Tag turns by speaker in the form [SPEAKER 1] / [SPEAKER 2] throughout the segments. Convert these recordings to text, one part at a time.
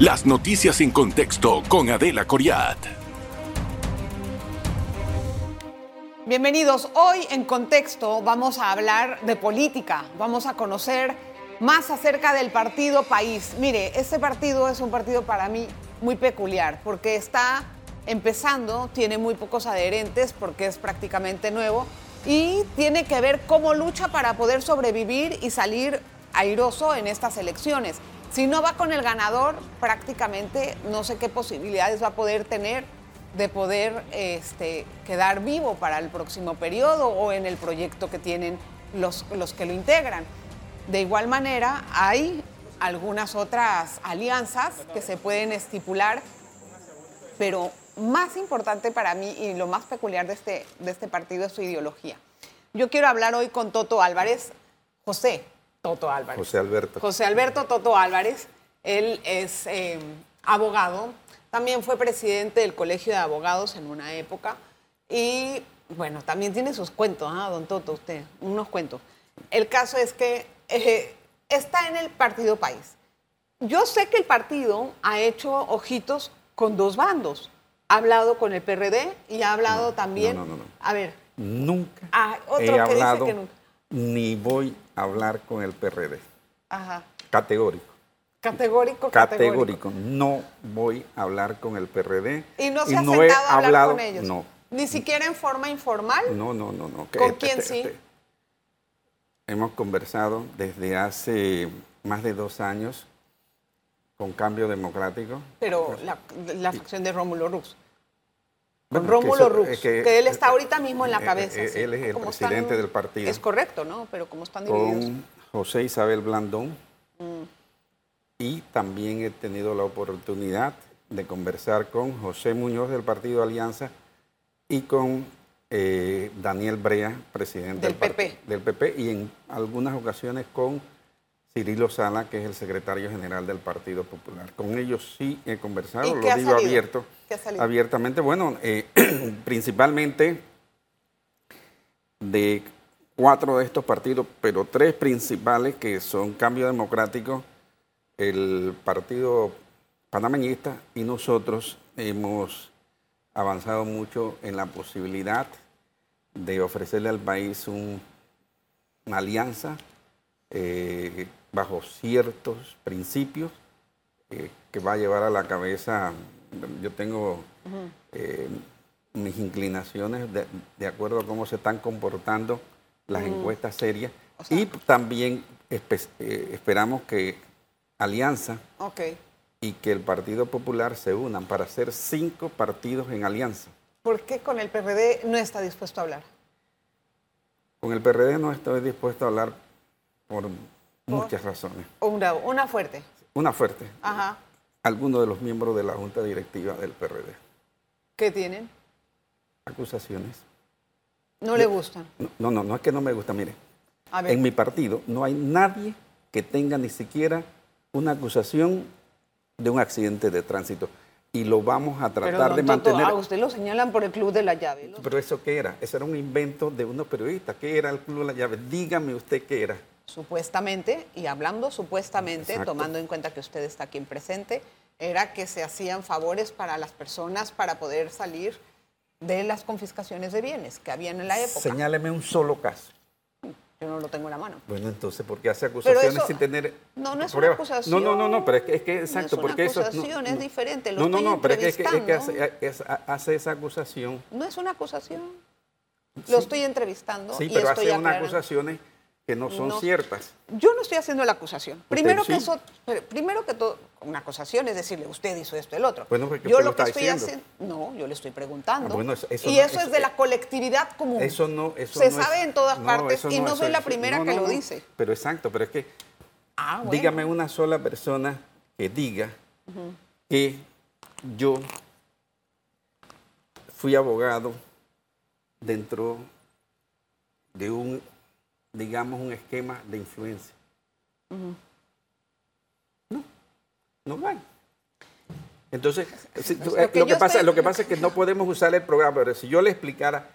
[SPEAKER 1] Las noticias en contexto con Adela Coriat.
[SPEAKER 2] Bienvenidos. Hoy en Contexto vamos a hablar de política. Vamos a conocer más acerca del partido País. Mire, este partido es un partido para mí muy peculiar porque está empezando, tiene muy pocos adherentes porque es prácticamente nuevo y tiene que ver cómo lucha para poder sobrevivir y salir airoso en estas elecciones. Si no va con el ganador, prácticamente no sé qué posibilidades va a poder tener de poder este, quedar vivo para el próximo periodo o en el proyecto que tienen los, los que lo integran. De igual manera, hay algunas otras alianzas que se pueden estipular, pero más importante para mí y lo más peculiar de este, de este partido es su ideología. Yo quiero hablar hoy con Toto Álvarez, José Toto Álvarez.
[SPEAKER 3] José Alberto.
[SPEAKER 2] José Alberto Toto Álvarez, él es eh, abogado, también fue presidente del Colegio de Abogados en una época y bueno, también tiene sus cuentos, ¿ah, don Toto, usted, unos cuentos. El caso es que eh, está en el partido país. Yo sé que el partido ha hecho ojitos con dos bandos. Ha hablado con el PRD y ha hablado
[SPEAKER 3] No,
[SPEAKER 2] también.
[SPEAKER 3] no, no, no, no.
[SPEAKER 2] A ver,
[SPEAKER 3] Nunca
[SPEAKER 2] Ah, otro que
[SPEAKER 3] he
[SPEAKER 2] dice
[SPEAKER 3] hablado
[SPEAKER 2] que nunca.
[SPEAKER 3] ni voy a hablar con el PRD.
[SPEAKER 2] ajá.
[SPEAKER 3] Categórico.
[SPEAKER 2] Categórico, Oh, categórico.
[SPEAKER 3] Categórico. No voy a hablar con el PRD.
[SPEAKER 2] Y no se ha
[SPEAKER 3] he
[SPEAKER 2] sentado a hablar
[SPEAKER 3] hablado-
[SPEAKER 2] con ellos.
[SPEAKER 3] No,
[SPEAKER 2] Ni siquiera en forma informal.
[SPEAKER 3] no, no, no. no. Este,
[SPEAKER 2] ¿Con quién sí?
[SPEAKER 3] Hemos conversado desde hace más de dos años con Cambio Democrático.
[SPEAKER 2] Pero la, la facción de Rómulo Ruz.
[SPEAKER 3] Bueno,
[SPEAKER 2] Con
[SPEAKER 3] que
[SPEAKER 2] Rómulo
[SPEAKER 3] eso-
[SPEAKER 2] Ruz,
[SPEAKER 3] es
[SPEAKER 2] que, él está ahorita mismo en la
[SPEAKER 3] eh,
[SPEAKER 2] cabeza.
[SPEAKER 3] eh,
[SPEAKER 2] sí.
[SPEAKER 3] Él es el
[SPEAKER 2] Como están-
[SPEAKER 3] presidente del partido.
[SPEAKER 2] Es correcto, ¿no? Pero como están divididos.
[SPEAKER 3] con José Isabel Blandón y también he tenido la oportunidad de conversar con José Muñoz del Partido Alianza y con eh, Daniel Brea, presidente
[SPEAKER 2] Del
[SPEAKER 3] part-
[SPEAKER 2] PP.
[SPEAKER 3] del PP y en algunas ocasiones con Cirilo Sala, que es el secretario general del Partido Popular. Con ellos sí he
[SPEAKER 2] ¿Y
[SPEAKER 3] conversado,
[SPEAKER 2] qué
[SPEAKER 3] lo
[SPEAKER 2] ha
[SPEAKER 3] digo
[SPEAKER 2] salido?
[SPEAKER 3] abierto,
[SPEAKER 2] ¿Qué ha salido?
[SPEAKER 3] abiertamente. Bueno, eh, principalmente de cuatro de estos partidos, pero tres principales que son Cambio Democrático, el Partido Panameñista y nosotros hemos avanzado mucho en la posibilidad de ofrecerle al país un- una alianza eh, bajo ciertos principios eh, que va a llevar a la cabeza, yo tengo eh, mis inclinaciones de, de acuerdo a cómo se están comportando las encuestas serias y también espe- eh, esperamos que Alianza
[SPEAKER 2] Ok.
[SPEAKER 3] y que el Partido Popular se unan para hacer cinco partidos en alianza.
[SPEAKER 2] ¿Por qué con el PRD no está dispuesto a hablar?
[SPEAKER 3] Con el PRD no estoy dispuesto a hablar por muchas razones.
[SPEAKER 2] Una, una fuerte.
[SPEAKER 3] Una fuerte,
[SPEAKER 2] Ajá.
[SPEAKER 3] algunos de los miembros de la Junta Directiva del PRD.
[SPEAKER 2] ¿Qué tienen?
[SPEAKER 3] Acusaciones.
[SPEAKER 2] No le gustan.
[SPEAKER 3] No, No, no, no es que no me gusta, mire.
[SPEAKER 2] A ver.
[SPEAKER 3] En mi partido no hay nadie que tenga ni siquiera una acusación de un accidente de tránsito. Y lo vamos a tratar
[SPEAKER 2] Pero, don
[SPEAKER 3] de
[SPEAKER 2] Toto,
[SPEAKER 3] mantener.
[SPEAKER 2] a usted lo señalan por el club de la llave. ¿no?
[SPEAKER 3] Pero eso qué era? Eso era un invento de unos periodistas. ¿Qué era el Club de la Llave? Dígame usted qué era.
[SPEAKER 2] supuestamente, y hablando supuestamente,
[SPEAKER 3] Exacto.
[SPEAKER 2] tomando en cuenta que usted está aquí en presente, era que se hacían favores para las personas para poder salir de las confiscaciones de bienes que habían en la época.
[SPEAKER 3] Señáleme un solo caso.
[SPEAKER 2] Yo no lo tengo en la mano.
[SPEAKER 3] Bueno, entonces, ¿por qué hace acusaciones
[SPEAKER 2] eso-
[SPEAKER 3] sin tener
[SPEAKER 2] No, no es una
[SPEAKER 3] pruebas?
[SPEAKER 2] acusación.
[SPEAKER 3] No, no, no, no, pero es que, es que
[SPEAKER 2] No es
[SPEAKER 3] exacto,
[SPEAKER 2] una
[SPEAKER 3] porque eso... no,
[SPEAKER 2] acusación, es diferente, lo
[SPEAKER 3] no, no,
[SPEAKER 2] estoy
[SPEAKER 3] no, pero es que, es que- es que
[SPEAKER 2] entrevistando.
[SPEAKER 3] hace, es- hace esa acusación,
[SPEAKER 2] No es una acusación. Lo estoy entrevistando.
[SPEAKER 3] sí,
[SPEAKER 2] y
[SPEAKER 3] pero
[SPEAKER 2] estoy
[SPEAKER 3] hace unas
[SPEAKER 2] aclarando.
[SPEAKER 3] acusaciones que no son
[SPEAKER 2] No.
[SPEAKER 3] ciertas.
[SPEAKER 2] Yo no estoy haciendo la acusación. Primero que
[SPEAKER 3] sí.
[SPEAKER 2] eso, pero primero que todo, una acusación es decirle, usted hizo esto, el otro.
[SPEAKER 3] Bueno, pero ¿qué
[SPEAKER 2] yo
[SPEAKER 3] te
[SPEAKER 2] lo
[SPEAKER 3] lo
[SPEAKER 2] que
[SPEAKER 3] está
[SPEAKER 2] estoy
[SPEAKER 3] diciendo?
[SPEAKER 2] haciendo, no, yo le estoy preguntando.
[SPEAKER 3] Ah, bueno, eso- eso
[SPEAKER 2] y
[SPEAKER 3] no-
[SPEAKER 2] eso, es
[SPEAKER 3] eso- eh,
[SPEAKER 2] de la colectividad común.
[SPEAKER 3] Eso no, eso
[SPEAKER 2] Se
[SPEAKER 3] no
[SPEAKER 2] sabe
[SPEAKER 3] es-
[SPEAKER 2] en todas
[SPEAKER 3] no,
[SPEAKER 2] partes
[SPEAKER 3] eso
[SPEAKER 2] y no
[SPEAKER 3] es-
[SPEAKER 2] soy la
[SPEAKER 3] eso-
[SPEAKER 2] primera
[SPEAKER 3] no,
[SPEAKER 2] que
[SPEAKER 3] no,
[SPEAKER 2] lo
[SPEAKER 3] no.
[SPEAKER 2] dice.
[SPEAKER 3] Pero exacto, pero es que
[SPEAKER 2] Ah, bueno.
[SPEAKER 3] dígame una sola persona que diga que yo fui abogado dentro de un, digamos, un esquema de influencia. No, no hay. Entonces, si tú-
[SPEAKER 2] Lo
[SPEAKER 3] eh,
[SPEAKER 2] que
[SPEAKER 3] lo
[SPEAKER 2] yo
[SPEAKER 3] que, pasa,
[SPEAKER 2] estoy-
[SPEAKER 3] lo que pasa es que no podemos usar el programa, pero si yo le explicara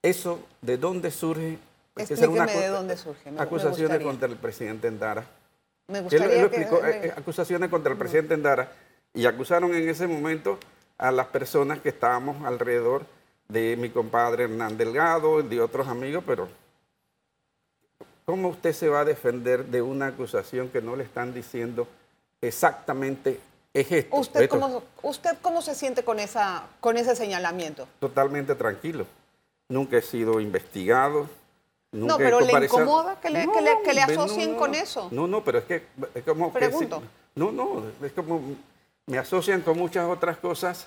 [SPEAKER 3] eso, ¿de dónde surge? Porque esa es
[SPEAKER 2] Explíqueme de
[SPEAKER 3] acu-
[SPEAKER 2] dónde surge, me- me
[SPEAKER 3] acusaciones
[SPEAKER 2] gustaría.
[SPEAKER 3] contra el presidente Endara.
[SPEAKER 2] Me
[SPEAKER 3] Él,
[SPEAKER 2] gustaría
[SPEAKER 3] él lo
[SPEAKER 2] que-
[SPEAKER 3] explicó, eh,
[SPEAKER 2] venga.
[SPEAKER 3] eh, acusaciones contra el presidente Endara y acusaron en ese momento a las personas que estábamos alrededor de mi compadre Hernán Delgado, de otros amigos, pero ¿cómo usted se va a defender de una acusación que no le están diciendo exactamente es esto?
[SPEAKER 2] ¿Usted
[SPEAKER 3] esto?
[SPEAKER 2] cómo, ¿Usted cómo se siente con, esa, con ese señalamiento?
[SPEAKER 3] Totalmente tranquilo. Nunca he sido investigado. Nunca
[SPEAKER 2] No, pero
[SPEAKER 3] he
[SPEAKER 2] ¿le
[SPEAKER 3] comparecido.
[SPEAKER 2] incomoda que le- que le- que le
[SPEAKER 3] hombre,
[SPEAKER 2] asocien con eso?
[SPEAKER 3] No, no, pero es que es como que si-
[SPEAKER 2] Pregunto.
[SPEAKER 3] no, no, es como me asocian con muchas otras cosas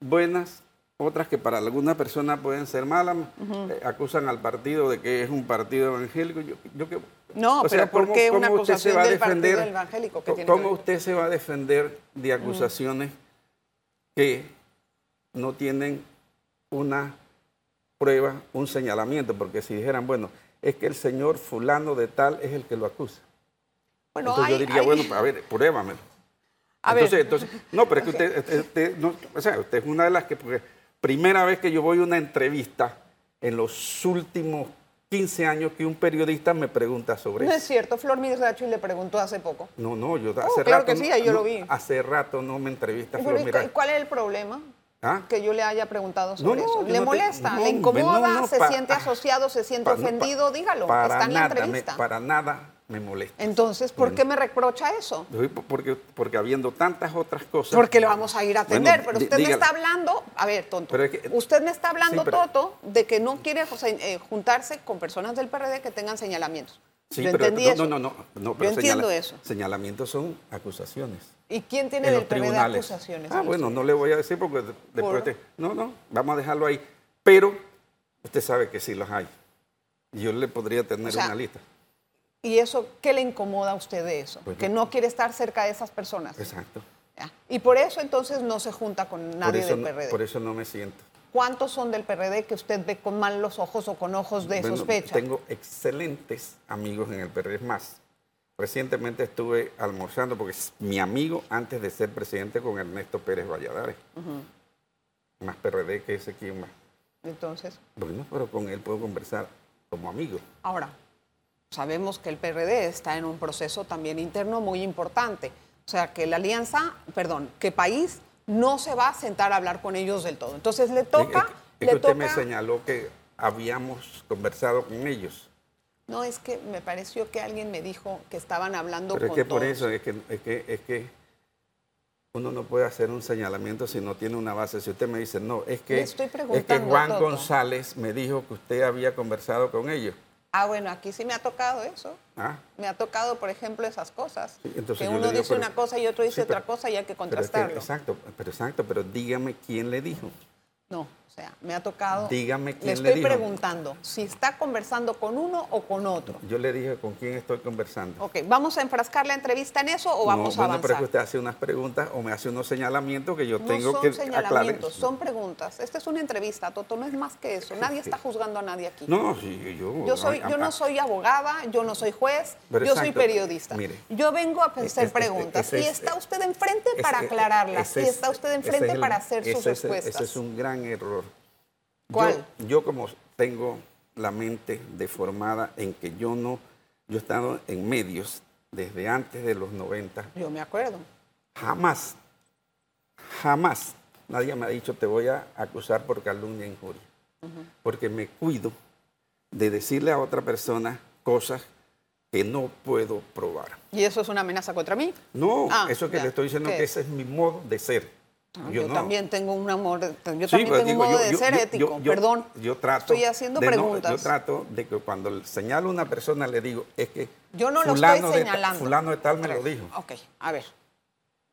[SPEAKER 3] buenas, otras que para alguna persona pueden ser malas. Eh, acusan al partido de que es un partido evangélico. Yo, yo que,
[SPEAKER 2] No,
[SPEAKER 3] o sea,
[SPEAKER 2] pero ¿por
[SPEAKER 3] ¿cómo-
[SPEAKER 2] qué una
[SPEAKER 3] cómo usted se
[SPEAKER 2] acusación
[SPEAKER 3] va a
[SPEAKER 2] del partido
[SPEAKER 3] defender-
[SPEAKER 2] evangélico? ¿Qué
[SPEAKER 3] co-
[SPEAKER 2] tiene que
[SPEAKER 3] ¿Cómo
[SPEAKER 2] ver?
[SPEAKER 3] usted se va a defender de acusaciones que no tienen una prueba, un señalamiento, porque si dijeran, bueno, es que el señor fulano de tal es el que lo acusa.
[SPEAKER 2] Bueno,
[SPEAKER 3] entonces yo
[SPEAKER 2] hay-
[SPEAKER 3] diría,
[SPEAKER 2] hay-
[SPEAKER 3] bueno, a ver, pruébamelo.
[SPEAKER 2] A ver.
[SPEAKER 3] entonces, entonces, no, pero es que usted, usted- usted no- o sea, usted es una de las que, porque primera vez que yo voy a una entrevista en los últimos 15 años que un periodista me pregunta sobre
[SPEAKER 2] no
[SPEAKER 3] eso.
[SPEAKER 2] es cierto, Flor Mirracho le preguntó hace poco.
[SPEAKER 3] No, no, yo hace
[SPEAKER 2] claro
[SPEAKER 3] rato.
[SPEAKER 2] que
[SPEAKER 3] no-
[SPEAKER 2] sí, ahí yo
[SPEAKER 3] no-
[SPEAKER 2] lo vi.
[SPEAKER 3] Hace rato no me entrevista
[SPEAKER 2] ¿Y
[SPEAKER 3] Flor
[SPEAKER 2] pero y cu-
[SPEAKER 3] Miralles.
[SPEAKER 2] ¿Cuál es el problema?
[SPEAKER 3] ¿Ah?
[SPEAKER 2] Que yo le haya preguntado
[SPEAKER 3] No,
[SPEAKER 2] sobre
[SPEAKER 3] no,
[SPEAKER 2] eso.
[SPEAKER 3] yo
[SPEAKER 2] ¿Le
[SPEAKER 3] no te-
[SPEAKER 2] molesta?
[SPEAKER 3] no,
[SPEAKER 2] ¿Le
[SPEAKER 3] hombre,
[SPEAKER 2] incomoda?
[SPEAKER 3] no, no,
[SPEAKER 2] ¿Se
[SPEAKER 3] pa-
[SPEAKER 2] siente asociado? ¿Se siente
[SPEAKER 3] pa- no, pa-
[SPEAKER 2] ofendido? Dígalo.
[SPEAKER 3] para
[SPEAKER 2] está en la
[SPEAKER 3] nada, me-
[SPEAKER 2] entrevista.
[SPEAKER 3] para nada me molesta.
[SPEAKER 2] Entonces, ¿por qué me reprocha eso?
[SPEAKER 3] Uy, po- Porque, porque habiendo tantas otras cosas.
[SPEAKER 2] Porque lo vamos a ir a
[SPEAKER 3] Bueno,
[SPEAKER 2] atender, pero
[SPEAKER 3] di-
[SPEAKER 2] usted me
[SPEAKER 3] dígalo.
[SPEAKER 2] está hablando, a ver, tonto,
[SPEAKER 3] Pero es que-
[SPEAKER 2] usted me está hablando,
[SPEAKER 3] Sí, pero-
[SPEAKER 2] Toto, de que no quiere o sea, eh, juntarse con personas del PRD que tengan señalamientos.
[SPEAKER 3] Sí,
[SPEAKER 2] Yo
[SPEAKER 3] pero
[SPEAKER 2] entendí
[SPEAKER 3] no,
[SPEAKER 2] eso.
[SPEAKER 3] no, no, no, no,
[SPEAKER 2] Yo
[SPEAKER 3] pero
[SPEAKER 2] entiendo
[SPEAKER 3] señala-
[SPEAKER 2] eso.
[SPEAKER 3] Señalamientos son acusaciones.
[SPEAKER 2] ¿Y quién tiene
[SPEAKER 3] En
[SPEAKER 2] del
[SPEAKER 3] los
[SPEAKER 2] PRD
[SPEAKER 3] tribunales.
[SPEAKER 2] acusaciones?
[SPEAKER 3] Ah, bueno, no le voy a decir porque de-
[SPEAKER 2] Por-
[SPEAKER 3] después te- No, no, vamos a dejarlo ahí. Pero usted sabe que sí los hay. Yo le podría tener
[SPEAKER 2] sea,
[SPEAKER 3] una lista.
[SPEAKER 2] ¿Y eso qué le incomoda a usted de eso?
[SPEAKER 3] Pues no.
[SPEAKER 2] que no quiere estar cerca de esas personas.
[SPEAKER 3] Exacto.
[SPEAKER 2] Ya. Y por eso entonces no se junta con
[SPEAKER 3] Por
[SPEAKER 2] nadie
[SPEAKER 3] eso,
[SPEAKER 2] del
[SPEAKER 3] no-
[SPEAKER 2] PRD.
[SPEAKER 3] por eso no me siento.
[SPEAKER 2] ¿Cuántos son del PRD que usted ve con malos ojos o con ojos de
[SPEAKER 3] Bueno,
[SPEAKER 2] sospecha?
[SPEAKER 3] Tengo excelentes amigos en el PRD. Es más, recientemente estuve almorzando, porque es mi amigo antes de ser presidente con Ernesto Pérez Valladares. Más PRD que ese quien más.
[SPEAKER 2] Entonces,
[SPEAKER 3] Bueno, pero con él puedo conversar como amigo.
[SPEAKER 2] Ahora, sabemos que el PRD está en un proceso también interno muy importante. O sea, que la alianza, perdón, que país no se va a sentar a hablar con ellos del todo. Entonces
[SPEAKER 3] Eh,
[SPEAKER 2] le toca,
[SPEAKER 3] Es que
[SPEAKER 2] le
[SPEAKER 3] usted me
[SPEAKER 2] toca.
[SPEAKER 3] señaló que habíamos conversado con ellos.
[SPEAKER 2] no, es que me pareció que alguien me dijo que estaban hablando
[SPEAKER 3] Pero es
[SPEAKER 2] con
[SPEAKER 3] que por
[SPEAKER 2] todos.
[SPEAKER 3] eso, es que, es, que, es que uno no puede hacer un señalamiento si no tiene una base. Si usted me dice, no, es que,
[SPEAKER 2] Le estoy
[SPEAKER 3] es que
[SPEAKER 2] preguntando,
[SPEAKER 3] Juan
[SPEAKER 2] Toto.
[SPEAKER 3] González me dijo que usted había conversado con ellos.
[SPEAKER 2] Ah, bueno, aquí sí me ha tocado eso.
[SPEAKER 3] Ah,
[SPEAKER 2] Me ha tocado, por ejemplo, esas cosas.
[SPEAKER 3] sí, entonces
[SPEAKER 2] que
[SPEAKER 3] yo
[SPEAKER 2] uno
[SPEAKER 3] le digo,
[SPEAKER 2] dice
[SPEAKER 3] pero-
[SPEAKER 2] una cosa y otro
[SPEAKER 3] sí,
[SPEAKER 2] dice otra
[SPEAKER 3] pero-
[SPEAKER 2] cosa y hay que
[SPEAKER 3] pero es que-
[SPEAKER 2] contrastarlo.
[SPEAKER 3] exacto, pero exacto, pero dígame quién le dijo.
[SPEAKER 2] No, o sea, me ha tocado.
[SPEAKER 3] Dígame quién
[SPEAKER 2] le
[SPEAKER 3] le
[SPEAKER 2] estoy
[SPEAKER 3] dijo.
[SPEAKER 2] preguntando si está conversando con uno o con otro.
[SPEAKER 3] Yo le dije con quién estoy conversando.
[SPEAKER 2] Ok, ¿vamos a enfrascar la entrevista en eso o vamos
[SPEAKER 3] no,
[SPEAKER 2] a
[SPEAKER 3] bueno, pero
[SPEAKER 2] avanzar?
[SPEAKER 3] es que usted hace unas preguntas o me hace unos señalamientos que yo
[SPEAKER 2] no
[SPEAKER 3] tengo
[SPEAKER 2] son
[SPEAKER 3] que aclarar.
[SPEAKER 2] señalamientos, son preguntas. Esta es una entrevista, Toto, no es más que eso. Nadie está juzgando a nadie aquí.
[SPEAKER 3] No, no, sí, yo.
[SPEAKER 2] Yo, soy,
[SPEAKER 3] a-
[SPEAKER 2] yo
[SPEAKER 3] a-
[SPEAKER 2] no soy abogada, yo no soy juez,
[SPEAKER 3] Pero
[SPEAKER 2] yo soy
[SPEAKER 3] exacto,
[SPEAKER 2] periodista.
[SPEAKER 3] mire.
[SPEAKER 2] yo vengo a hacer
[SPEAKER 3] Es- es-
[SPEAKER 2] preguntas
[SPEAKER 3] ese
[SPEAKER 2] y
[SPEAKER 3] es-
[SPEAKER 2] está usted enfrente para
[SPEAKER 3] Ese-
[SPEAKER 2] aclararlas
[SPEAKER 3] ese
[SPEAKER 2] y
[SPEAKER 3] es-
[SPEAKER 2] está usted
[SPEAKER 3] ese
[SPEAKER 2] enfrente
[SPEAKER 3] es el-
[SPEAKER 2] para hacer sus
[SPEAKER 3] ese es el-
[SPEAKER 2] respuestas.
[SPEAKER 3] Ese es un gran error. Yo-
[SPEAKER 2] ¿Cuál?
[SPEAKER 3] Yo, como tengo la mente deformada en que yo no, yo he estado en medios desde antes de los 90,
[SPEAKER 2] Yo me acuerdo.
[SPEAKER 3] jamás, jamás nadie me ha dicho te voy a acusar por calumnia e injuria. Porque me cuido de decirle a otra persona cosas que no puedo probar.
[SPEAKER 2] ¿Y eso es una amenaza contra mí?
[SPEAKER 3] No,
[SPEAKER 2] Ah,
[SPEAKER 3] eso que
[SPEAKER 2] ya.
[SPEAKER 3] le estoy diciendo
[SPEAKER 2] ¿Qué
[SPEAKER 3] que
[SPEAKER 2] es?
[SPEAKER 3] ese es mi modo de ser.
[SPEAKER 2] Ah, Yo,
[SPEAKER 3] no.
[SPEAKER 2] también tengo un amor, yo también
[SPEAKER 3] Sí,
[SPEAKER 2] tengo
[SPEAKER 3] pues,
[SPEAKER 2] un
[SPEAKER 3] digo,
[SPEAKER 2] modo
[SPEAKER 3] yo-
[SPEAKER 2] de
[SPEAKER 3] yo-
[SPEAKER 2] ser
[SPEAKER 3] yo-
[SPEAKER 2] ético,
[SPEAKER 3] yo-
[SPEAKER 2] perdón.
[SPEAKER 3] Yo trato.
[SPEAKER 2] Estoy haciendo
[SPEAKER 3] de no-
[SPEAKER 2] preguntas.
[SPEAKER 3] yo trato de que cuando señalo a una persona le digo, es que.
[SPEAKER 2] Yo no lo
[SPEAKER 3] fulano
[SPEAKER 2] estoy
[SPEAKER 3] de ta-
[SPEAKER 2] señalando.
[SPEAKER 3] fulano de tal me lo
[SPEAKER 2] Ok,
[SPEAKER 3] dijo.
[SPEAKER 2] Ok, a ver.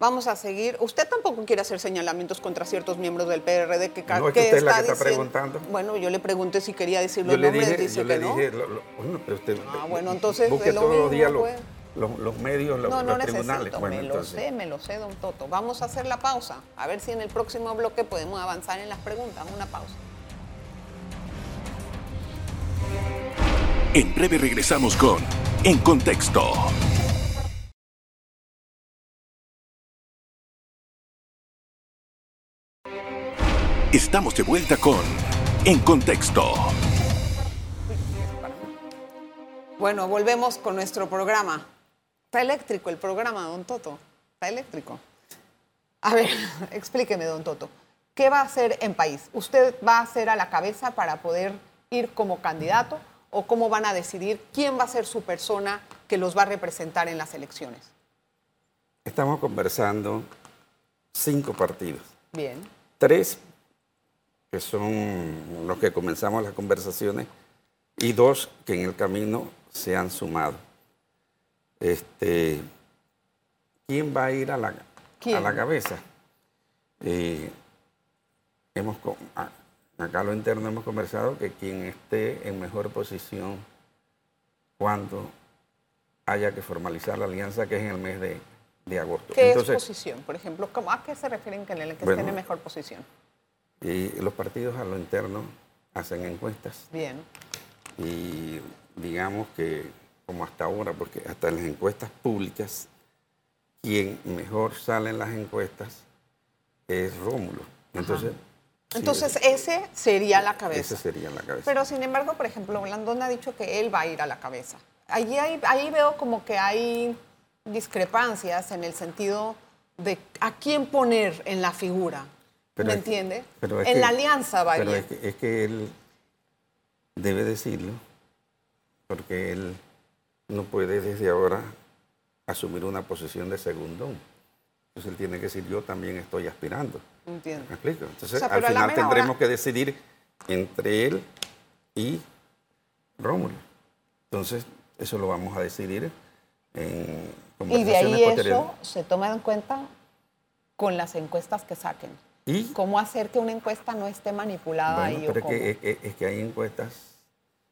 [SPEAKER 2] Vamos a seguir. Usted tampoco quiere hacer señalamientos contra ciertos miembros del PRD que, ca-
[SPEAKER 3] No, es que usted es la que está
[SPEAKER 2] diciendo-
[SPEAKER 3] preguntando.
[SPEAKER 2] Bueno, yo le pregunté si quería decir
[SPEAKER 3] Yo
[SPEAKER 2] los
[SPEAKER 3] le
[SPEAKER 2] nombres,
[SPEAKER 3] dije,
[SPEAKER 2] dice
[SPEAKER 3] yo
[SPEAKER 2] que
[SPEAKER 3] le
[SPEAKER 2] no.
[SPEAKER 3] dije, lo- lo- bueno, pero usted-
[SPEAKER 2] Ah, bueno, entonces
[SPEAKER 3] Busque
[SPEAKER 2] es lo
[SPEAKER 3] todos los
[SPEAKER 2] mismo,
[SPEAKER 3] días los,
[SPEAKER 2] pues.
[SPEAKER 3] los- los medios, los,
[SPEAKER 2] no, no
[SPEAKER 3] los tribunales.
[SPEAKER 2] necesito,
[SPEAKER 3] Bueno,
[SPEAKER 2] me
[SPEAKER 3] entonces,
[SPEAKER 2] lo sé, me lo sé, don Toto. Vamos a hacer la pausa, a ver si en el próximo bloque podemos avanzar en las preguntas. Una pausa.
[SPEAKER 1] En breve regresamos con En Contexto. Estamos de vuelta con En Contexto.
[SPEAKER 2] Bueno, volvemos con nuestro programa. Está eléctrico el programa, don Toto. Está eléctrico. A ver, explíqueme, don Toto. ¿Qué va a hacer en país? ¿Usted va a ser a la cabeza para poder ir como candidato o cómo van a decidir quién va a ser su persona que los va a representar en las elecciones?
[SPEAKER 3] Estamos conversando cinco partidos.
[SPEAKER 2] Bien.
[SPEAKER 3] Tres, que son los que comenzamos las conversaciones, y dos que en el camino se han sumado. Este, ¿Quién va a ir a la,
[SPEAKER 2] ¿Quién?
[SPEAKER 3] a la cabeza? Eh, hemos, co- a- acá a lo interno hemos conversado que quien esté en mejor posición cuando haya que formalizar la alianza, que es en el mes de, de agosto.
[SPEAKER 2] ¿Qué
[SPEAKER 3] Entonces,
[SPEAKER 2] es posición? Por ejemplo, ¿cómo- ¿a qué se refieren que en el que
[SPEAKER 3] Bueno.
[SPEAKER 2] tiene mejor posición?
[SPEAKER 3] y los partidos a lo interno hacen encuestas
[SPEAKER 2] Bien.
[SPEAKER 3] y digamos que como hasta ahora, porque hasta en las encuestas públicas, quien mejor sale en las encuestas es Rómulo. Entonces, sí,
[SPEAKER 2] Entonces, ese sería la cabeza.
[SPEAKER 3] esa sería la cabeza.
[SPEAKER 2] Pero sin embargo, por ejemplo, Blandón ha dicho que él va a ir a la cabeza. Allí hay- ahí veo como que hay discrepancias en el sentido de a quién poner en la figura.
[SPEAKER 3] Pero
[SPEAKER 2] ¿Me
[SPEAKER 3] es-
[SPEAKER 2] entiende?
[SPEAKER 3] pero es
[SPEAKER 2] en
[SPEAKER 3] que-
[SPEAKER 2] la alianza va
[SPEAKER 3] Pero
[SPEAKER 2] bien.
[SPEAKER 3] es que, es que él debe decirlo, porque él no puede desde ahora asumir una posición de segundón. Entonces él tiene que decir, yo también estoy aspirando.
[SPEAKER 2] Entiendo.
[SPEAKER 3] ¿Me explico? Entonces,
[SPEAKER 2] O sea,
[SPEAKER 3] al
[SPEAKER 2] pero a la
[SPEAKER 3] final
[SPEAKER 2] mera
[SPEAKER 3] tendremos
[SPEAKER 2] hora-
[SPEAKER 3] que decidir entre él y Rómulo. Entonces, eso lo vamos a decidir en
[SPEAKER 2] Y de
[SPEAKER 3] conversaciones
[SPEAKER 2] ahí
[SPEAKER 3] posteriores.
[SPEAKER 2] eso se toma en cuenta con las encuestas que saquen.
[SPEAKER 3] Y,
[SPEAKER 2] ¿Cómo hacer que una encuesta no esté manipulada
[SPEAKER 3] bueno,
[SPEAKER 2] ahí? o
[SPEAKER 3] pero es
[SPEAKER 2] cómo?
[SPEAKER 3] que, es- es que hay encuestas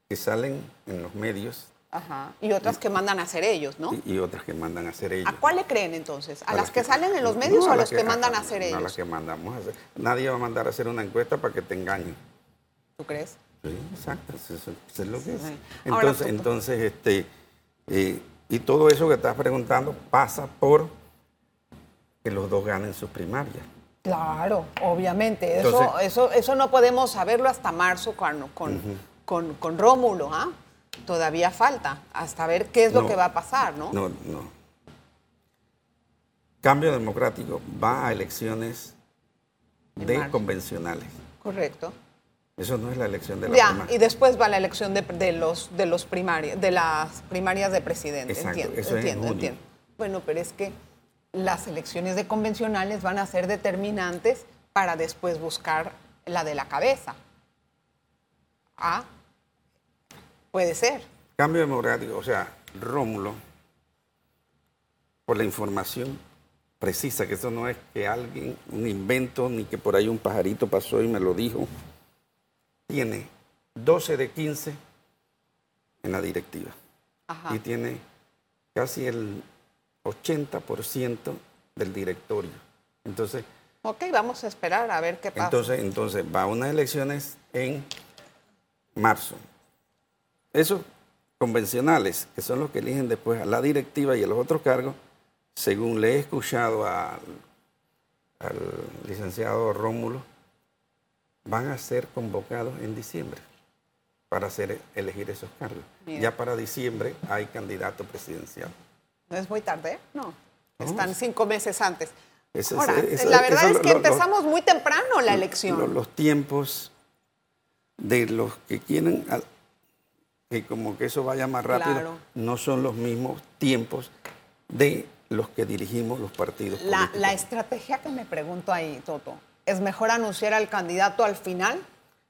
[SPEAKER 3] que salen en los medios
[SPEAKER 2] Ajá. Y otras que mandan a hacer ellos, ¿no?
[SPEAKER 3] y, y otras que mandan a hacer ellos.
[SPEAKER 2] ¿A cuál le creen entonces? ¿A,
[SPEAKER 3] A
[SPEAKER 2] las, que, salen en los medios
[SPEAKER 3] no,
[SPEAKER 2] o a los que, mandan a hacer
[SPEAKER 3] no,
[SPEAKER 2] ellos?
[SPEAKER 3] A las que mandamos a hacer. Nadie va a mandar a hacer una encuesta para que te engañen.
[SPEAKER 2] ¿Tú crees?
[SPEAKER 3] Sí, exacto, eso, eso- eso es lo que es.
[SPEAKER 2] sí. Ahora,
[SPEAKER 3] Entonces,
[SPEAKER 2] doctor.
[SPEAKER 3] entonces este, eh, y todo eso que estás preguntando pasa por que los dos ganen sus primarias.
[SPEAKER 2] Claro, obviamente. Eso,
[SPEAKER 3] Entonces-
[SPEAKER 2] eso, eso no podemos saberlo hasta marzo con, con, con- con Rómulo, ¿ah? Todavía falta hasta ver qué es lo
[SPEAKER 3] No.
[SPEAKER 2] que va a pasar, ¿no?
[SPEAKER 3] No, no. Cambio Democrático va a elecciones
[SPEAKER 2] En
[SPEAKER 3] de
[SPEAKER 2] marzo.
[SPEAKER 3] convencionales.
[SPEAKER 2] Correcto.
[SPEAKER 3] Eso no es la elección de la
[SPEAKER 2] ya,
[SPEAKER 3] primaria.
[SPEAKER 2] y después va la elección de, de los de los primarios, de las primarias de presidente.
[SPEAKER 3] Exacto,
[SPEAKER 2] entiendo,
[SPEAKER 3] eso es en
[SPEAKER 2] entiendo,
[SPEAKER 3] junio.
[SPEAKER 2] entiendo. Bueno, pero es que las elecciones de convencionales van a ser determinantes para después buscar la de la cabeza. Ah, puede ser.
[SPEAKER 3] Cambio Democrático, o sea, Rómulo, por la información precisa, que eso no es que alguien, un invento, ni que por ahí un pajarito pasó y me lo dijo, tiene 12 de 15 en la directiva
[SPEAKER 2] Ajá.
[SPEAKER 3] y tiene casi el 80% del directorio. Entonces,
[SPEAKER 2] Ok, vamos a esperar a ver qué pasa.
[SPEAKER 3] entonces, entonces va a unas elecciones en marzo. Esos convencionales, que son los que eligen después a la directiva y a los otros cargos, según le he escuchado al, al licenciado Rómulo, van a ser convocados en diciembre para hacer, elegir esos cargos.
[SPEAKER 2] Bien.
[SPEAKER 3] Ya para diciembre hay candidato presidencial.
[SPEAKER 2] ¿No es muy tarde? ¿eh? No. Están cinco meses antes.
[SPEAKER 3] Eso es-
[SPEAKER 2] Ahora,
[SPEAKER 3] eso-
[SPEAKER 2] la verdad
[SPEAKER 3] eso
[SPEAKER 2] es
[SPEAKER 3] lo-
[SPEAKER 2] que
[SPEAKER 3] lo- lo-
[SPEAKER 2] empezamos muy temprano la
[SPEAKER 3] lo-
[SPEAKER 2] elección.
[SPEAKER 3] lo- Los, tiempos de los que quieren al- que como que eso vaya más rápido
[SPEAKER 2] Claro.
[SPEAKER 3] no son los mismos tiempos de los que dirigimos los partidos.
[SPEAKER 2] La,
[SPEAKER 3] políticos.
[SPEAKER 2] la estrategia que me pregunto ahí, Toto, ¿es mejor anunciar al candidato al final?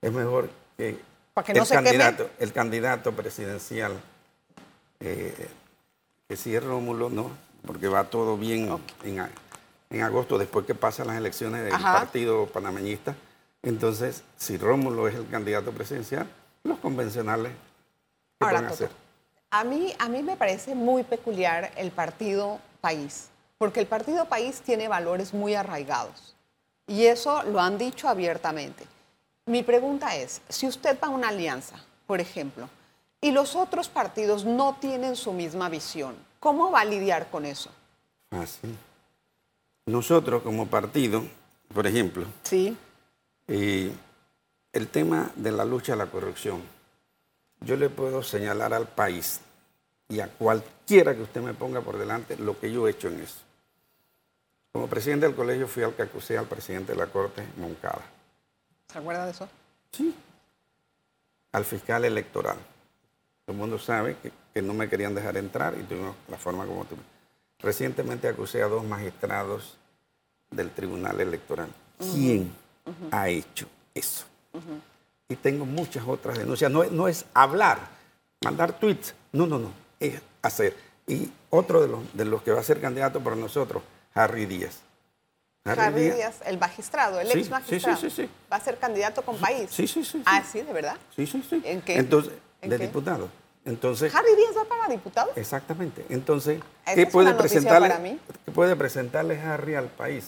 [SPEAKER 3] es mejor que,
[SPEAKER 2] Para que no
[SPEAKER 3] el,
[SPEAKER 2] se queme.
[SPEAKER 3] candidato, el candidato presidencial, eh, que si es Rómulo, no, porque va todo bien en, a- en agosto, después que pasan las elecciones del
[SPEAKER 2] Ajá.
[SPEAKER 3] partido panameñista. Entonces, si Rómulo es el candidato presidencial, los convencionales, ¿qué
[SPEAKER 2] Ahora,
[SPEAKER 3] van a
[SPEAKER 2] Toto,
[SPEAKER 3] hacer?
[SPEAKER 2] A mí, a mí me parece muy peculiar el partido país, porque el partido país tiene valores muy arraigados y eso lo han dicho abiertamente. Mi pregunta es, si usted va a una alianza, por ejemplo, y los otros partidos no tienen su misma visión, ¿cómo va a lidiar con eso?
[SPEAKER 3] Así. Ah, Nosotros como partido, por ejemplo,
[SPEAKER 2] Sí,
[SPEAKER 3] Y el tema de la lucha a la corrupción. Yo le puedo señalar al país y a cualquiera que usted me ponga por delante lo que yo he hecho en eso. Como presidente del colegio fui al que acusé al presidente de la Corte Moncada,
[SPEAKER 4] ¿Se acuerda de eso?
[SPEAKER 3] Sí. al fiscal electoral. Todo el mundo sabe que, que no me querían dejar entrar y tuvimos la forma como tuvimos. Recientemente acusé a dos magistrados del Tribunal Electoral. ¿Quién ha hecho eso? Y tengo muchas otras denuncias. No, es- no es hablar, mandar tweets. No, no, no. Es hacer. Y otro de los, de los que va a ser candidato por nosotros, Harry Díaz.
[SPEAKER 2] Harry Díaz, el magistrado, el
[SPEAKER 3] Sí,
[SPEAKER 2] ex magistrado,
[SPEAKER 3] sí, sí, sí, sí.
[SPEAKER 2] va a ser candidato con país.
[SPEAKER 3] Sí, sí, sí. sí.
[SPEAKER 2] Ah, sí, de verdad.
[SPEAKER 3] Sí, sí, sí.
[SPEAKER 2] ¿En qué?
[SPEAKER 3] Entonces,
[SPEAKER 2] ¿En
[SPEAKER 3] de
[SPEAKER 2] qué?
[SPEAKER 3] diputado. Entonces,
[SPEAKER 2] Harry Díaz va para diputado.
[SPEAKER 3] Exactamente. Entonces,
[SPEAKER 2] Esa
[SPEAKER 3] ¿qué
[SPEAKER 2] es
[SPEAKER 3] puede,
[SPEAKER 2] una noticia
[SPEAKER 3] presentarle,
[SPEAKER 2] para mí.
[SPEAKER 3] qué puede presentarle Harry al país?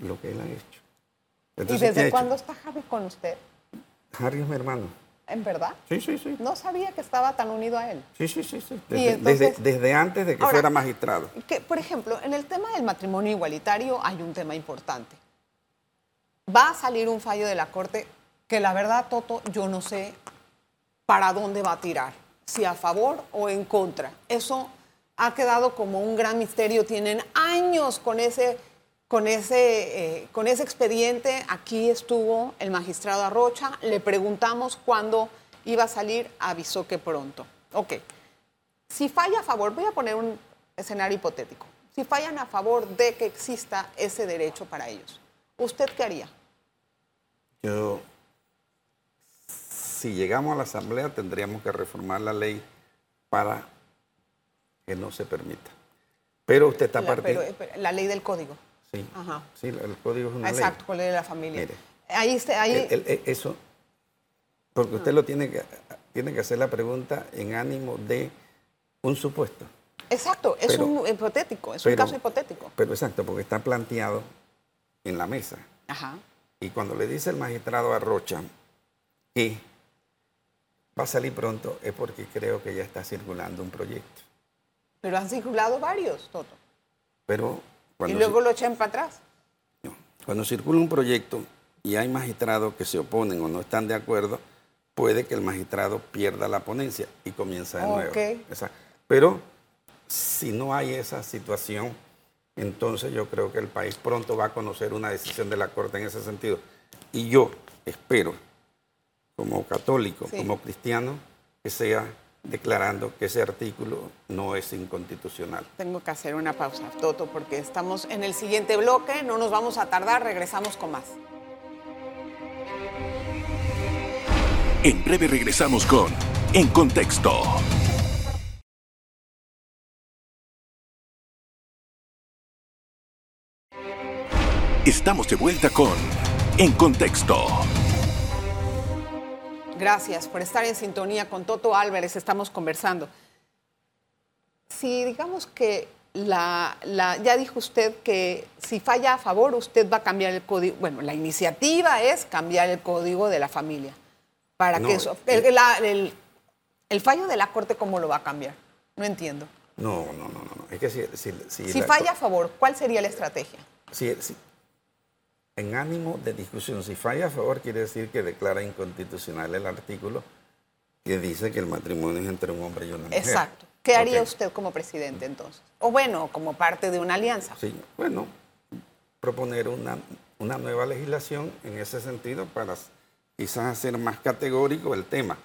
[SPEAKER 3] Lo que él ha hecho.
[SPEAKER 2] ¿Y
[SPEAKER 3] Entonces, ¿qué ha
[SPEAKER 2] desde
[SPEAKER 3] hecho?
[SPEAKER 2] cuándo está Harry con usted?
[SPEAKER 3] Harry es mi hermano.
[SPEAKER 2] ¿En verdad?
[SPEAKER 3] Sí, sí, sí.
[SPEAKER 2] No sabía que estaba tan unido a él.
[SPEAKER 3] Sí, sí, sí. sí.
[SPEAKER 2] Y
[SPEAKER 3] Desde,
[SPEAKER 2] entonces-
[SPEAKER 3] desde- desde antes de que
[SPEAKER 2] Ahora-
[SPEAKER 3] fuera magistrado.
[SPEAKER 2] Que, por ejemplo, en el tema del matrimonio igualitario hay un tema importante. Va a salir un fallo de la Corte que la verdad, Toto, yo no sé para dónde va a tirar, si a favor o en contra. Eso ha quedado como un gran misterio. Tienen años con ese, con ese, eh, con ese expediente. Aquí estuvo el magistrado Arrocha, le preguntamos cuándo iba a salir, avisó que pronto. Ok, si falla a favor, voy a poner un escenario hipotético, si fallan a favor de que exista ese derecho para ellos, ¿usted qué haría?
[SPEAKER 3] Yo, si llegamos a la Asamblea, tendríamos que reformar la ley para que no se permita. Pero usted está
[SPEAKER 2] La, pero,
[SPEAKER 3] partiendo.
[SPEAKER 2] eh, pero, la ley del código.
[SPEAKER 3] Sí,
[SPEAKER 2] Ajá.
[SPEAKER 3] sí, el código es una ley.
[SPEAKER 2] Exacto, con la ley de la familia.
[SPEAKER 3] Mire.
[SPEAKER 2] ahí se- ahí,
[SPEAKER 3] El- el- e- eso, porque usted lo tiene que, tiene que hacer la pregunta en ánimo de un supuesto.
[SPEAKER 2] exacto, es
[SPEAKER 3] pero-
[SPEAKER 2] un hipotético, es un
[SPEAKER 3] pero-
[SPEAKER 2] caso hipotético.
[SPEAKER 3] Pero exacto, porque está planteado en la mesa.
[SPEAKER 2] Ajá.
[SPEAKER 3] Y cuando le dice el magistrado a Rocha que va a salir pronto, es porque creo que ya está circulando un proyecto.
[SPEAKER 2] Pero han circulado varios, Toto.
[SPEAKER 3] Pero
[SPEAKER 2] Y
[SPEAKER 3] cuando,
[SPEAKER 2] luego lo echan para atrás.
[SPEAKER 3] No. Cuando circula un proyecto y hay magistrados que se oponen o no están de acuerdo, puede que el magistrado pierda la ponencia y comienza de
[SPEAKER 2] Ok.
[SPEAKER 3] nuevo. Esa- Pero si no hay esa situación, entonces yo creo que el país pronto va a conocer una decisión de la Corte en ese sentido. Y yo espero, como católico,
[SPEAKER 2] Sí.
[SPEAKER 3] como cristiano, que sea declarando que ese artículo no es inconstitucional.
[SPEAKER 2] Tengo que hacer una pausa, Toto, porque estamos en el siguiente bloque, no nos vamos a tardar, regresamos con más.
[SPEAKER 1] En breve regresamos con En Contexto. Estamos de vuelta con En Contexto.
[SPEAKER 2] Gracias por estar en sintonía con Toto Álvarez, estamos conversando. Si digamos que la, la- ya dijo usted que si falla a favor, usted va a cambiar el código. Bueno, la iniciativa es cambiar el código de la familia. Para
[SPEAKER 3] No,
[SPEAKER 2] que eso.
[SPEAKER 3] eh,
[SPEAKER 2] El, la- el- el fallo de la Corte, ¿cómo lo va a cambiar? No entiendo.
[SPEAKER 3] No, no, no, no. no. Es que si, si- si
[SPEAKER 2] si
[SPEAKER 3] la-
[SPEAKER 2] falla a favor, ¿cuál sería la estrategia?
[SPEAKER 3] Si, si- en ánimo de discusión, si falla a favor, quiere decir que declara inconstitucional el artículo que dice que el matrimonio es entre un hombre y una mujer.
[SPEAKER 2] Exacto. ¿Qué haría
[SPEAKER 3] Ok.
[SPEAKER 2] usted como presidente entonces? O bueno, como parte de una alianza.
[SPEAKER 3] Sí, bueno, proponer una, una nueva legislación en ese sentido para s- quizás hacer más categórico el tema.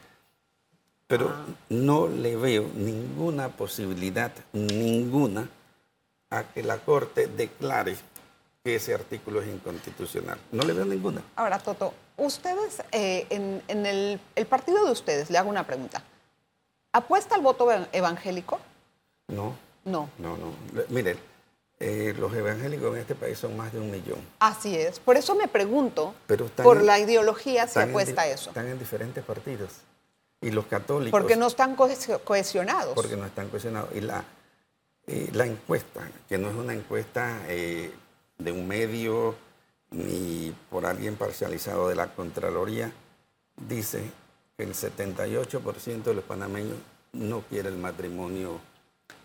[SPEAKER 3] Pero
[SPEAKER 2] Ah.
[SPEAKER 3] no le veo ninguna posibilidad, ninguna, a que la Corte declare que ese artículo es inconstitucional. No le veo ninguna.
[SPEAKER 2] Ahora, Toto, ustedes, eh, en, en el, el partido de ustedes, le hago una pregunta. ¿Apuesta al voto evan- evangélico?
[SPEAKER 3] No,
[SPEAKER 2] No.
[SPEAKER 3] no, no. Le- Mire, eh, los evangélicos en este país son más de un millón.
[SPEAKER 2] Así es. Por eso me pregunto,
[SPEAKER 3] Pero están
[SPEAKER 2] por
[SPEAKER 3] en-
[SPEAKER 2] la ideología, si
[SPEAKER 3] Están en
[SPEAKER 2] apuesta
[SPEAKER 3] di-
[SPEAKER 2] a eso.
[SPEAKER 3] Están en diferentes partidos. Y los católicos.
[SPEAKER 2] Porque no están cohesio- cohesionados.
[SPEAKER 3] Porque no están cuestionados. Y la, eh, la encuesta, que no es una encuesta eh, de un medio ni por alguien parcializado de la Contraloría, dice que el 78% de los panameños no quiere el matrimonio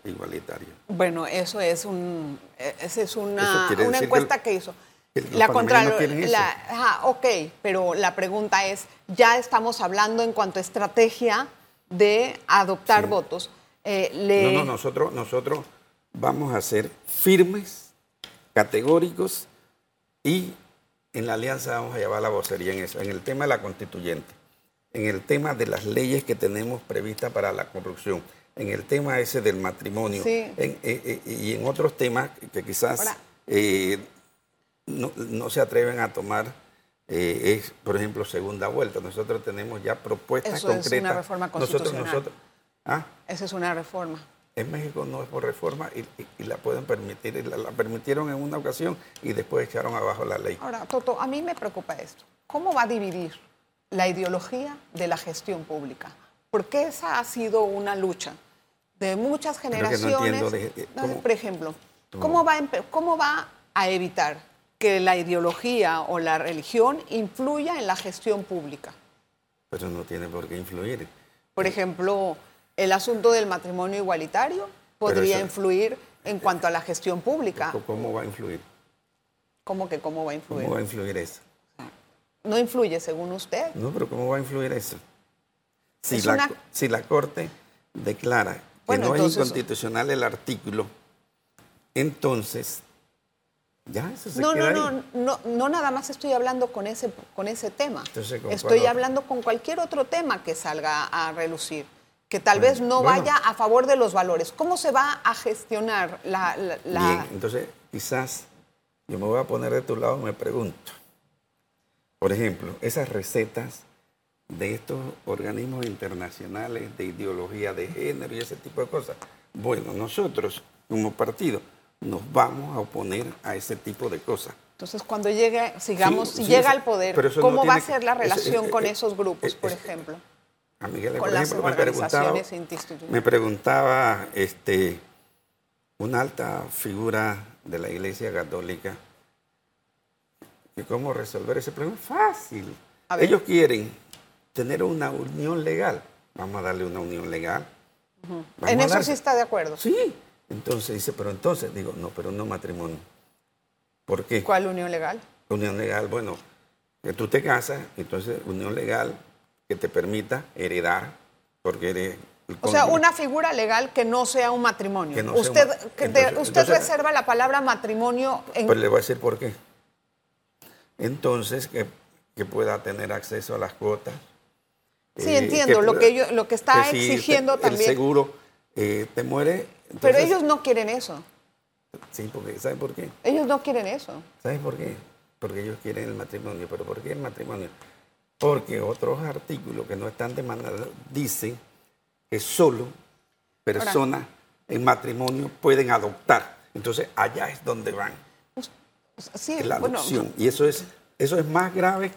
[SPEAKER 3] igualitario.
[SPEAKER 2] Bueno, eso es un, eh, esa es
[SPEAKER 3] Eso
[SPEAKER 2] una,
[SPEAKER 3] quiere
[SPEAKER 2] una
[SPEAKER 3] decir que
[SPEAKER 2] encuesta
[SPEAKER 3] el-
[SPEAKER 2] que, hizo.
[SPEAKER 3] que los
[SPEAKER 2] La
[SPEAKER 3] panameños
[SPEAKER 2] contra,
[SPEAKER 3] no quieren
[SPEAKER 2] la-
[SPEAKER 3] eso.
[SPEAKER 2] ajá, ok, pero la pregunta es, ya estamos hablando en cuanto a estrategia de adoptar votos. eh, le-
[SPEAKER 3] No, no, nosotros, nosotros vamos a ser firmes, categóricos y en la alianza vamos a llevar la vocería en eso, en el tema de la constituyente, en el tema de las leyes que tenemos previstas para la corrupción, en el tema ese del matrimonio
[SPEAKER 2] Sí.
[SPEAKER 3] en- eh, eh, y en otros temas que quizás
[SPEAKER 2] Ahora-
[SPEAKER 3] eh, no, no se atreven a tomar. eh, es, por ejemplo, segunda vuelta. Nosotros tenemos ya propuestas
[SPEAKER 2] Eso es una
[SPEAKER 3] concretas.
[SPEAKER 2] reforma
[SPEAKER 3] Nosotros,
[SPEAKER 2] constitucional.
[SPEAKER 3] nosotros, ¿Ah?
[SPEAKER 2] Esa es una reforma.
[SPEAKER 3] En México no es por reforma y, y- y la pueden permitir. y La, la permitieron en una ocasión y después echaron abajo la ley.
[SPEAKER 2] Ahora, Toto, a mí me preocupa esto. ¿Cómo va a dividir la ideología de la gestión pública? Porque esa ha sido una lucha de muchas
[SPEAKER 3] que no
[SPEAKER 2] generaciones.
[SPEAKER 3] entiendo de- de-
[SPEAKER 2] No,
[SPEAKER 3] ¿cómo?
[SPEAKER 2] Por ejemplo, ¿cómo va, a empe- ¿cómo va a evitar que la ideología o la religión influya en la gestión pública?
[SPEAKER 3] Pero no tiene por qué influir.
[SPEAKER 2] Por ejemplo, el asunto del matrimonio igualitario podría
[SPEAKER 3] eso-
[SPEAKER 2] influir en cuanto a la gestión pública.
[SPEAKER 3] ¿Cómo va a influir?
[SPEAKER 2] ¿Cómo que cómo va a
[SPEAKER 3] ¿Cómo
[SPEAKER 2] influir?
[SPEAKER 3] va a influir eso?
[SPEAKER 2] No influye, según usted.
[SPEAKER 3] No, pero ¿cómo va a influir eso? Si,
[SPEAKER 2] Es
[SPEAKER 3] la,
[SPEAKER 2] una-
[SPEAKER 3] co- si la Corte declara que
[SPEAKER 2] Bueno,
[SPEAKER 3] no
[SPEAKER 2] entonces-
[SPEAKER 3] es inconstitucional el artículo, entonces ya eso se
[SPEAKER 2] No,
[SPEAKER 3] queda
[SPEAKER 2] no,
[SPEAKER 3] ahí.
[SPEAKER 2] no, no, no nada más estoy hablando con ese, con ese tema.
[SPEAKER 3] Entonces, ¿con cuál
[SPEAKER 2] estoy
[SPEAKER 3] otro?
[SPEAKER 2] hablando con cualquier otro tema que salga a relucir, que tal vez no
[SPEAKER 3] bueno.
[SPEAKER 2] vaya a favor de los valores. ¿Cómo se va a gestionar la... la- la-
[SPEAKER 3] Bien, entonces quizás yo me voy a poner de tu lado y me pregunto. Por ejemplo, esas recetas de estos organismos internacionales de ideología de género y ese tipo de cosas. Bueno, nosotros como partido nos vamos a oponer a ese tipo de cosas.
[SPEAKER 2] Entonces, cuando llegue, sigamos,
[SPEAKER 3] Sí,
[SPEAKER 2] si
[SPEAKER 3] sí,
[SPEAKER 2] llega
[SPEAKER 3] eso-
[SPEAKER 2] al poder,
[SPEAKER 3] pero eso no
[SPEAKER 2] ¿cómo va a
[SPEAKER 3] tiene que-
[SPEAKER 2] ser la
[SPEAKER 3] eso-
[SPEAKER 2] relación
[SPEAKER 3] eh,
[SPEAKER 2] con
[SPEAKER 3] eh,
[SPEAKER 2] esos grupos,
[SPEAKER 3] eh,
[SPEAKER 2] por
[SPEAKER 3] eh,
[SPEAKER 2] ejemplo?
[SPEAKER 3] A Miguel,
[SPEAKER 2] Con
[SPEAKER 3] por
[SPEAKER 2] las
[SPEAKER 3] ejemplo, me preguntaba,
[SPEAKER 2] organizaciones institucionales.
[SPEAKER 3] me preguntaba este, una alta figura de la Iglesia Católica que cómo resolver ese problema. Fácil.
[SPEAKER 2] A ver.
[SPEAKER 3] Ellos quieren tener una unión legal. Vamos a darle una unión legal. Vamos
[SPEAKER 2] En
[SPEAKER 3] a
[SPEAKER 2] eso sí
[SPEAKER 3] darse-
[SPEAKER 2] está de acuerdo.
[SPEAKER 3] Sí. Entonces dice, pero entonces, digo, no, pero no matrimonio. ¿Por qué?
[SPEAKER 2] ¿Cuál unión legal?
[SPEAKER 3] Unión legal, bueno, que tú te casas, entonces unión legal que te permita heredar, porque eres el
[SPEAKER 2] O sea,
[SPEAKER 3] cónyuge.
[SPEAKER 2] una figura legal que no sea un matrimonio.
[SPEAKER 3] Que no sea
[SPEAKER 2] usted
[SPEAKER 3] un-
[SPEAKER 2] que te-
[SPEAKER 3] entonces-
[SPEAKER 2] usted
[SPEAKER 3] entonces-
[SPEAKER 2] reserva la palabra matrimonio en...
[SPEAKER 3] Pero Pues le voy a decir por qué. Entonces, que, que pueda tener acceso a las cuotas. Eh,
[SPEAKER 2] Sí, entiendo, lo
[SPEAKER 3] pueda-
[SPEAKER 2] que ellos- lo que está
[SPEAKER 3] si
[SPEAKER 2] exigiendo
[SPEAKER 3] el
[SPEAKER 2] también.
[SPEAKER 3] seguro eh, te muere.
[SPEAKER 2] Pero
[SPEAKER 3] entonces-
[SPEAKER 2] ellos no quieren eso.
[SPEAKER 3] Sí, porque, ¿sabes por qué?
[SPEAKER 2] Ellos no quieren eso.
[SPEAKER 3] ¿Sabes por qué? Porque ellos quieren el matrimonio. ¿Pero por qué el matrimonio? Porque otros artículos que no están demandados dicen que solo personas en matrimonio pueden adoptar. Entonces, allá es donde van,
[SPEAKER 2] Sí,
[SPEAKER 3] es la
[SPEAKER 2] bueno,
[SPEAKER 3] adopción. Y eso es, eso es más grave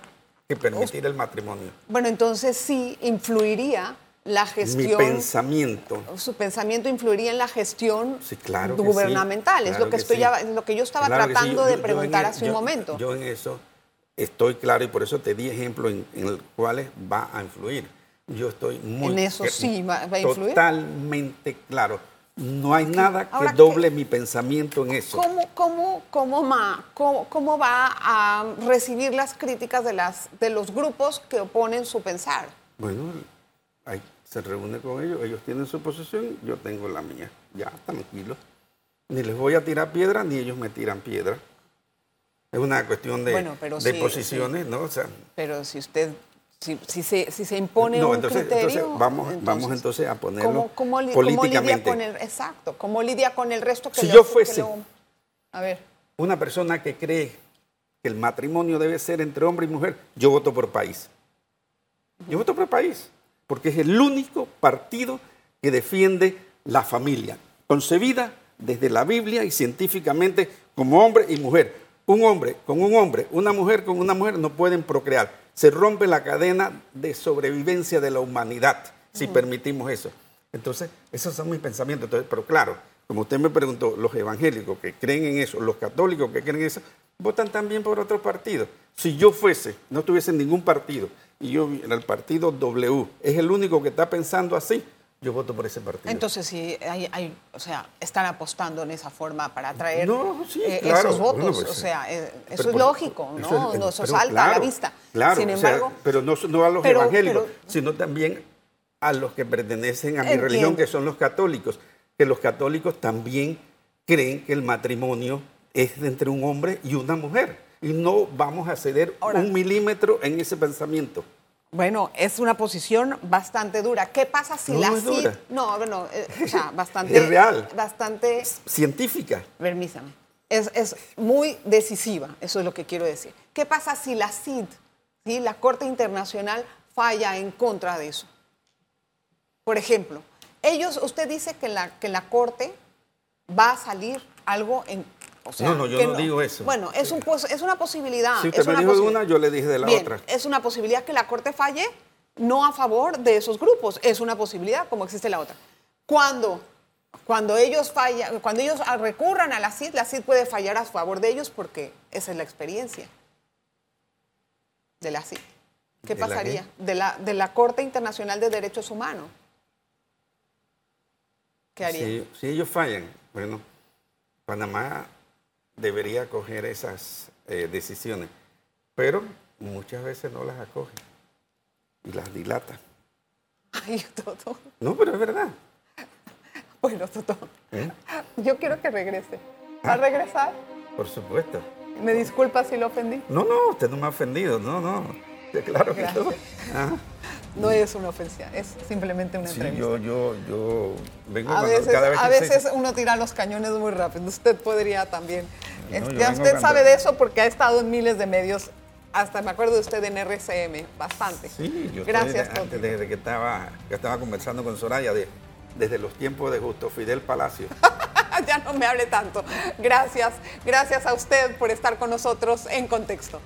[SPEAKER 3] que permitir el matrimonio.
[SPEAKER 2] bueno, entonces sí influiría la
[SPEAKER 3] Mi
[SPEAKER 2] gestión.
[SPEAKER 3] pensamiento.
[SPEAKER 2] su pensamiento influiría en la gestión
[SPEAKER 3] Sí, claro que sí,
[SPEAKER 2] gubernamental. es
[SPEAKER 3] claro
[SPEAKER 2] lo que, estoy
[SPEAKER 3] sí.
[SPEAKER 2] ya- es lo que yo estaba
[SPEAKER 3] Claro que sí,
[SPEAKER 2] tratando
[SPEAKER 3] yo-
[SPEAKER 2] de
[SPEAKER 3] yo en
[SPEAKER 2] preguntar
[SPEAKER 3] e-
[SPEAKER 2] hace un
[SPEAKER 3] yo-
[SPEAKER 2] momento.
[SPEAKER 3] Yo en eso estoy claro y por eso te di ejemplos en, en los cuales va a influir. Yo estoy muy...
[SPEAKER 2] En eso sí va- va a influir.
[SPEAKER 3] Totalmente claro. No hay nada que
[SPEAKER 2] Ahora, ¿qué-
[SPEAKER 3] doble mi pensamiento en eso.
[SPEAKER 2] ¿Cómo, cómo, cómo, ma- cómo- cómo va a recibir las críticas de, las, de los grupos que oponen su pensar?
[SPEAKER 3] Bueno, ahí se reúne con ellos, ellos tienen su posición, yo tengo la mía. Ya, tranquilo. Ni les voy a tirar piedra, ni ellos me tiran piedra. Es una cuestión de,
[SPEAKER 2] Bueno, pero
[SPEAKER 3] de
[SPEAKER 2] sí,
[SPEAKER 3] posiciones, ¿no? O sea,
[SPEAKER 2] Pero si usted, si, si se, si se impone
[SPEAKER 3] No,
[SPEAKER 2] un
[SPEAKER 3] entonces-
[SPEAKER 2] criterio...
[SPEAKER 3] entonces vamos- vamos entonces a ponerlo
[SPEAKER 2] ¿cómo, cómo li-
[SPEAKER 3] políticamente?
[SPEAKER 2] Cómo lidia con el, exacto, ¿cómo lidia con el resto que
[SPEAKER 3] Si
[SPEAKER 2] le-
[SPEAKER 3] yo
[SPEAKER 2] que
[SPEAKER 3] fuese-
[SPEAKER 2] lo- a ver,
[SPEAKER 3] una persona que cree que el matrimonio debe ser entre hombre y mujer, yo voto por país. Yo voto por país, porque es el único partido que defiende la familia, concebida desde la Biblia y científicamente como hombre y mujer. Un hombre con un hombre, una mujer con una mujer no pueden procrear. Se rompe la cadena de sobrevivencia de la humanidad si permitimos eso. Entonces, esos son mis pensamientos. Entonces, pero claro, como usted me preguntó, los evangélicos que creen en eso, los católicos que creen en eso, votan también por otros partidos. Si yo fuese, no tuviese ningún partido, y yo en el partido W, es el único que está pensando así, yo voto por ese partido.
[SPEAKER 2] entonces si hay, hay- o sea, están apostando en esa forma para atraer
[SPEAKER 3] No, sí,
[SPEAKER 2] eh,
[SPEAKER 3] claro.
[SPEAKER 2] esos votos,
[SPEAKER 3] Bueno, pues,
[SPEAKER 2] o sea, eh,
[SPEAKER 3] pero
[SPEAKER 2] eso es
[SPEAKER 3] por-
[SPEAKER 2] lógico,
[SPEAKER 3] eso
[SPEAKER 2] ¿no?
[SPEAKER 3] es-
[SPEAKER 2] No, Eso
[SPEAKER 3] pero
[SPEAKER 2] salta a la
[SPEAKER 3] claro,
[SPEAKER 2] vista.
[SPEAKER 3] Claro,
[SPEAKER 2] Sin
[SPEAKER 3] o sea,
[SPEAKER 2] embargo...
[SPEAKER 3] pero no, no a los
[SPEAKER 2] pero-
[SPEAKER 3] evangélicos,
[SPEAKER 2] pero-
[SPEAKER 3] sino también a los que pertenecen a mi
[SPEAKER 5] Entiendo.
[SPEAKER 3] religión, que son los católicos, que los católicos también creen que el matrimonio es entre un hombre y una mujer. Y no vamos a ceder
[SPEAKER 2] Ahora-
[SPEAKER 3] un milímetro en ese pensamiento.
[SPEAKER 2] Bueno, es una posición bastante dura. ¿Qué pasa si
[SPEAKER 3] No,
[SPEAKER 2] la
[SPEAKER 3] no es
[SPEAKER 2] cita-
[SPEAKER 3] dura.
[SPEAKER 2] No, bueno, eh, o sea, bastante.
[SPEAKER 3] Es real.
[SPEAKER 2] Bastante.
[SPEAKER 3] Científica.
[SPEAKER 2] Permísame. Es, es muy decisiva, eso es lo que quiero decir. ¿Qué pasa si la CID, ¿sí? la Corte Internacional, falla en contra de eso? Por ejemplo, ellos, usted dice que en la, que en la Corte va a salir algo en. o sea,
[SPEAKER 3] No, no, yo
[SPEAKER 2] que
[SPEAKER 3] no digo eso.
[SPEAKER 2] Bueno, es, un pos- es una posibilidad.
[SPEAKER 3] Si
[SPEAKER 2] Ah, es
[SPEAKER 3] usted me
[SPEAKER 2] una
[SPEAKER 3] dijo de
[SPEAKER 2] posibilidad.
[SPEAKER 3] una, yo le dije de la
[SPEAKER 2] Bien,
[SPEAKER 3] otra.
[SPEAKER 2] Es una posibilidad que la Corte falle no a favor de esos grupos. Es una posibilidad, como existe la otra. Cuando, cuando ellos fallan, cuando ellos ah, recurran a la CID, la CID puede fallar a favor de ellos porque esa es la experiencia de la CID. ¿Qué
[SPEAKER 3] ¿De la
[SPEAKER 2] pasaría? de, la, de la Corte Internacional de Derechos Humanos. ¿Qué haría?
[SPEAKER 3] Si, si ellos fallan, bueno, Panamá debería acoger esas eh, decisiones, pero muchas veces no las acoge y las dilata.
[SPEAKER 2] Ay, Toto.
[SPEAKER 3] No, pero es verdad.
[SPEAKER 2] Bueno, Toto.
[SPEAKER 3] ¿eh?
[SPEAKER 2] Yo quiero que regrese. ¿Va a regresar?
[SPEAKER 3] Por supuesto.
[SPEAKER 2] Me disculpa si lo ofendí.
[SPEAKER 3] No, no, usted no me ha ofendido. No, no. Sí, Claro que no. Ah,
[SPEAKER 2] No es una ofensa, es simplemente una
[SPEAKER 3] sí,
[SPEAKER 2] entrevista.
[SPEAKER 3] yo, yo, yo vengo
[SPEAKER 2] a
[SPEAKER 3] cuando-
[SPEAKER 2] veces,
[SPEAKER 3] cada vez
[SPEAKER 2] a
[SPEAKER 3] que se-
[SPEAKER 2] veces uno tira los cañones muy rápido. Usted podría también.
[SPEAKER 3] No,
[SPEAKER 2] Este,
[SPEAKER 3] yo vengo
[SPEAKER 2] usted sabe
[SPEAKER 3] cuando-
[SPEAKER 2] de eso porque ha estado en miles de medios. Hasta me acuerdo de usted en RCM, bastante.
[SPEAKER 3] Sí, yo
[SPEAKER 2] Gracias,
[SPEAKER 3] estoy de-
[SPEAKER 2] Toti.
[SPEAKER 3] antes, desde que estaba, que estaba conversando con Soraya, de- desde los tiempos de Justo Fidel Palacio.
[SPEAKER 2] ya no me hable tanto. Gracias, gracias a usted por estar con nosotros en Contexto.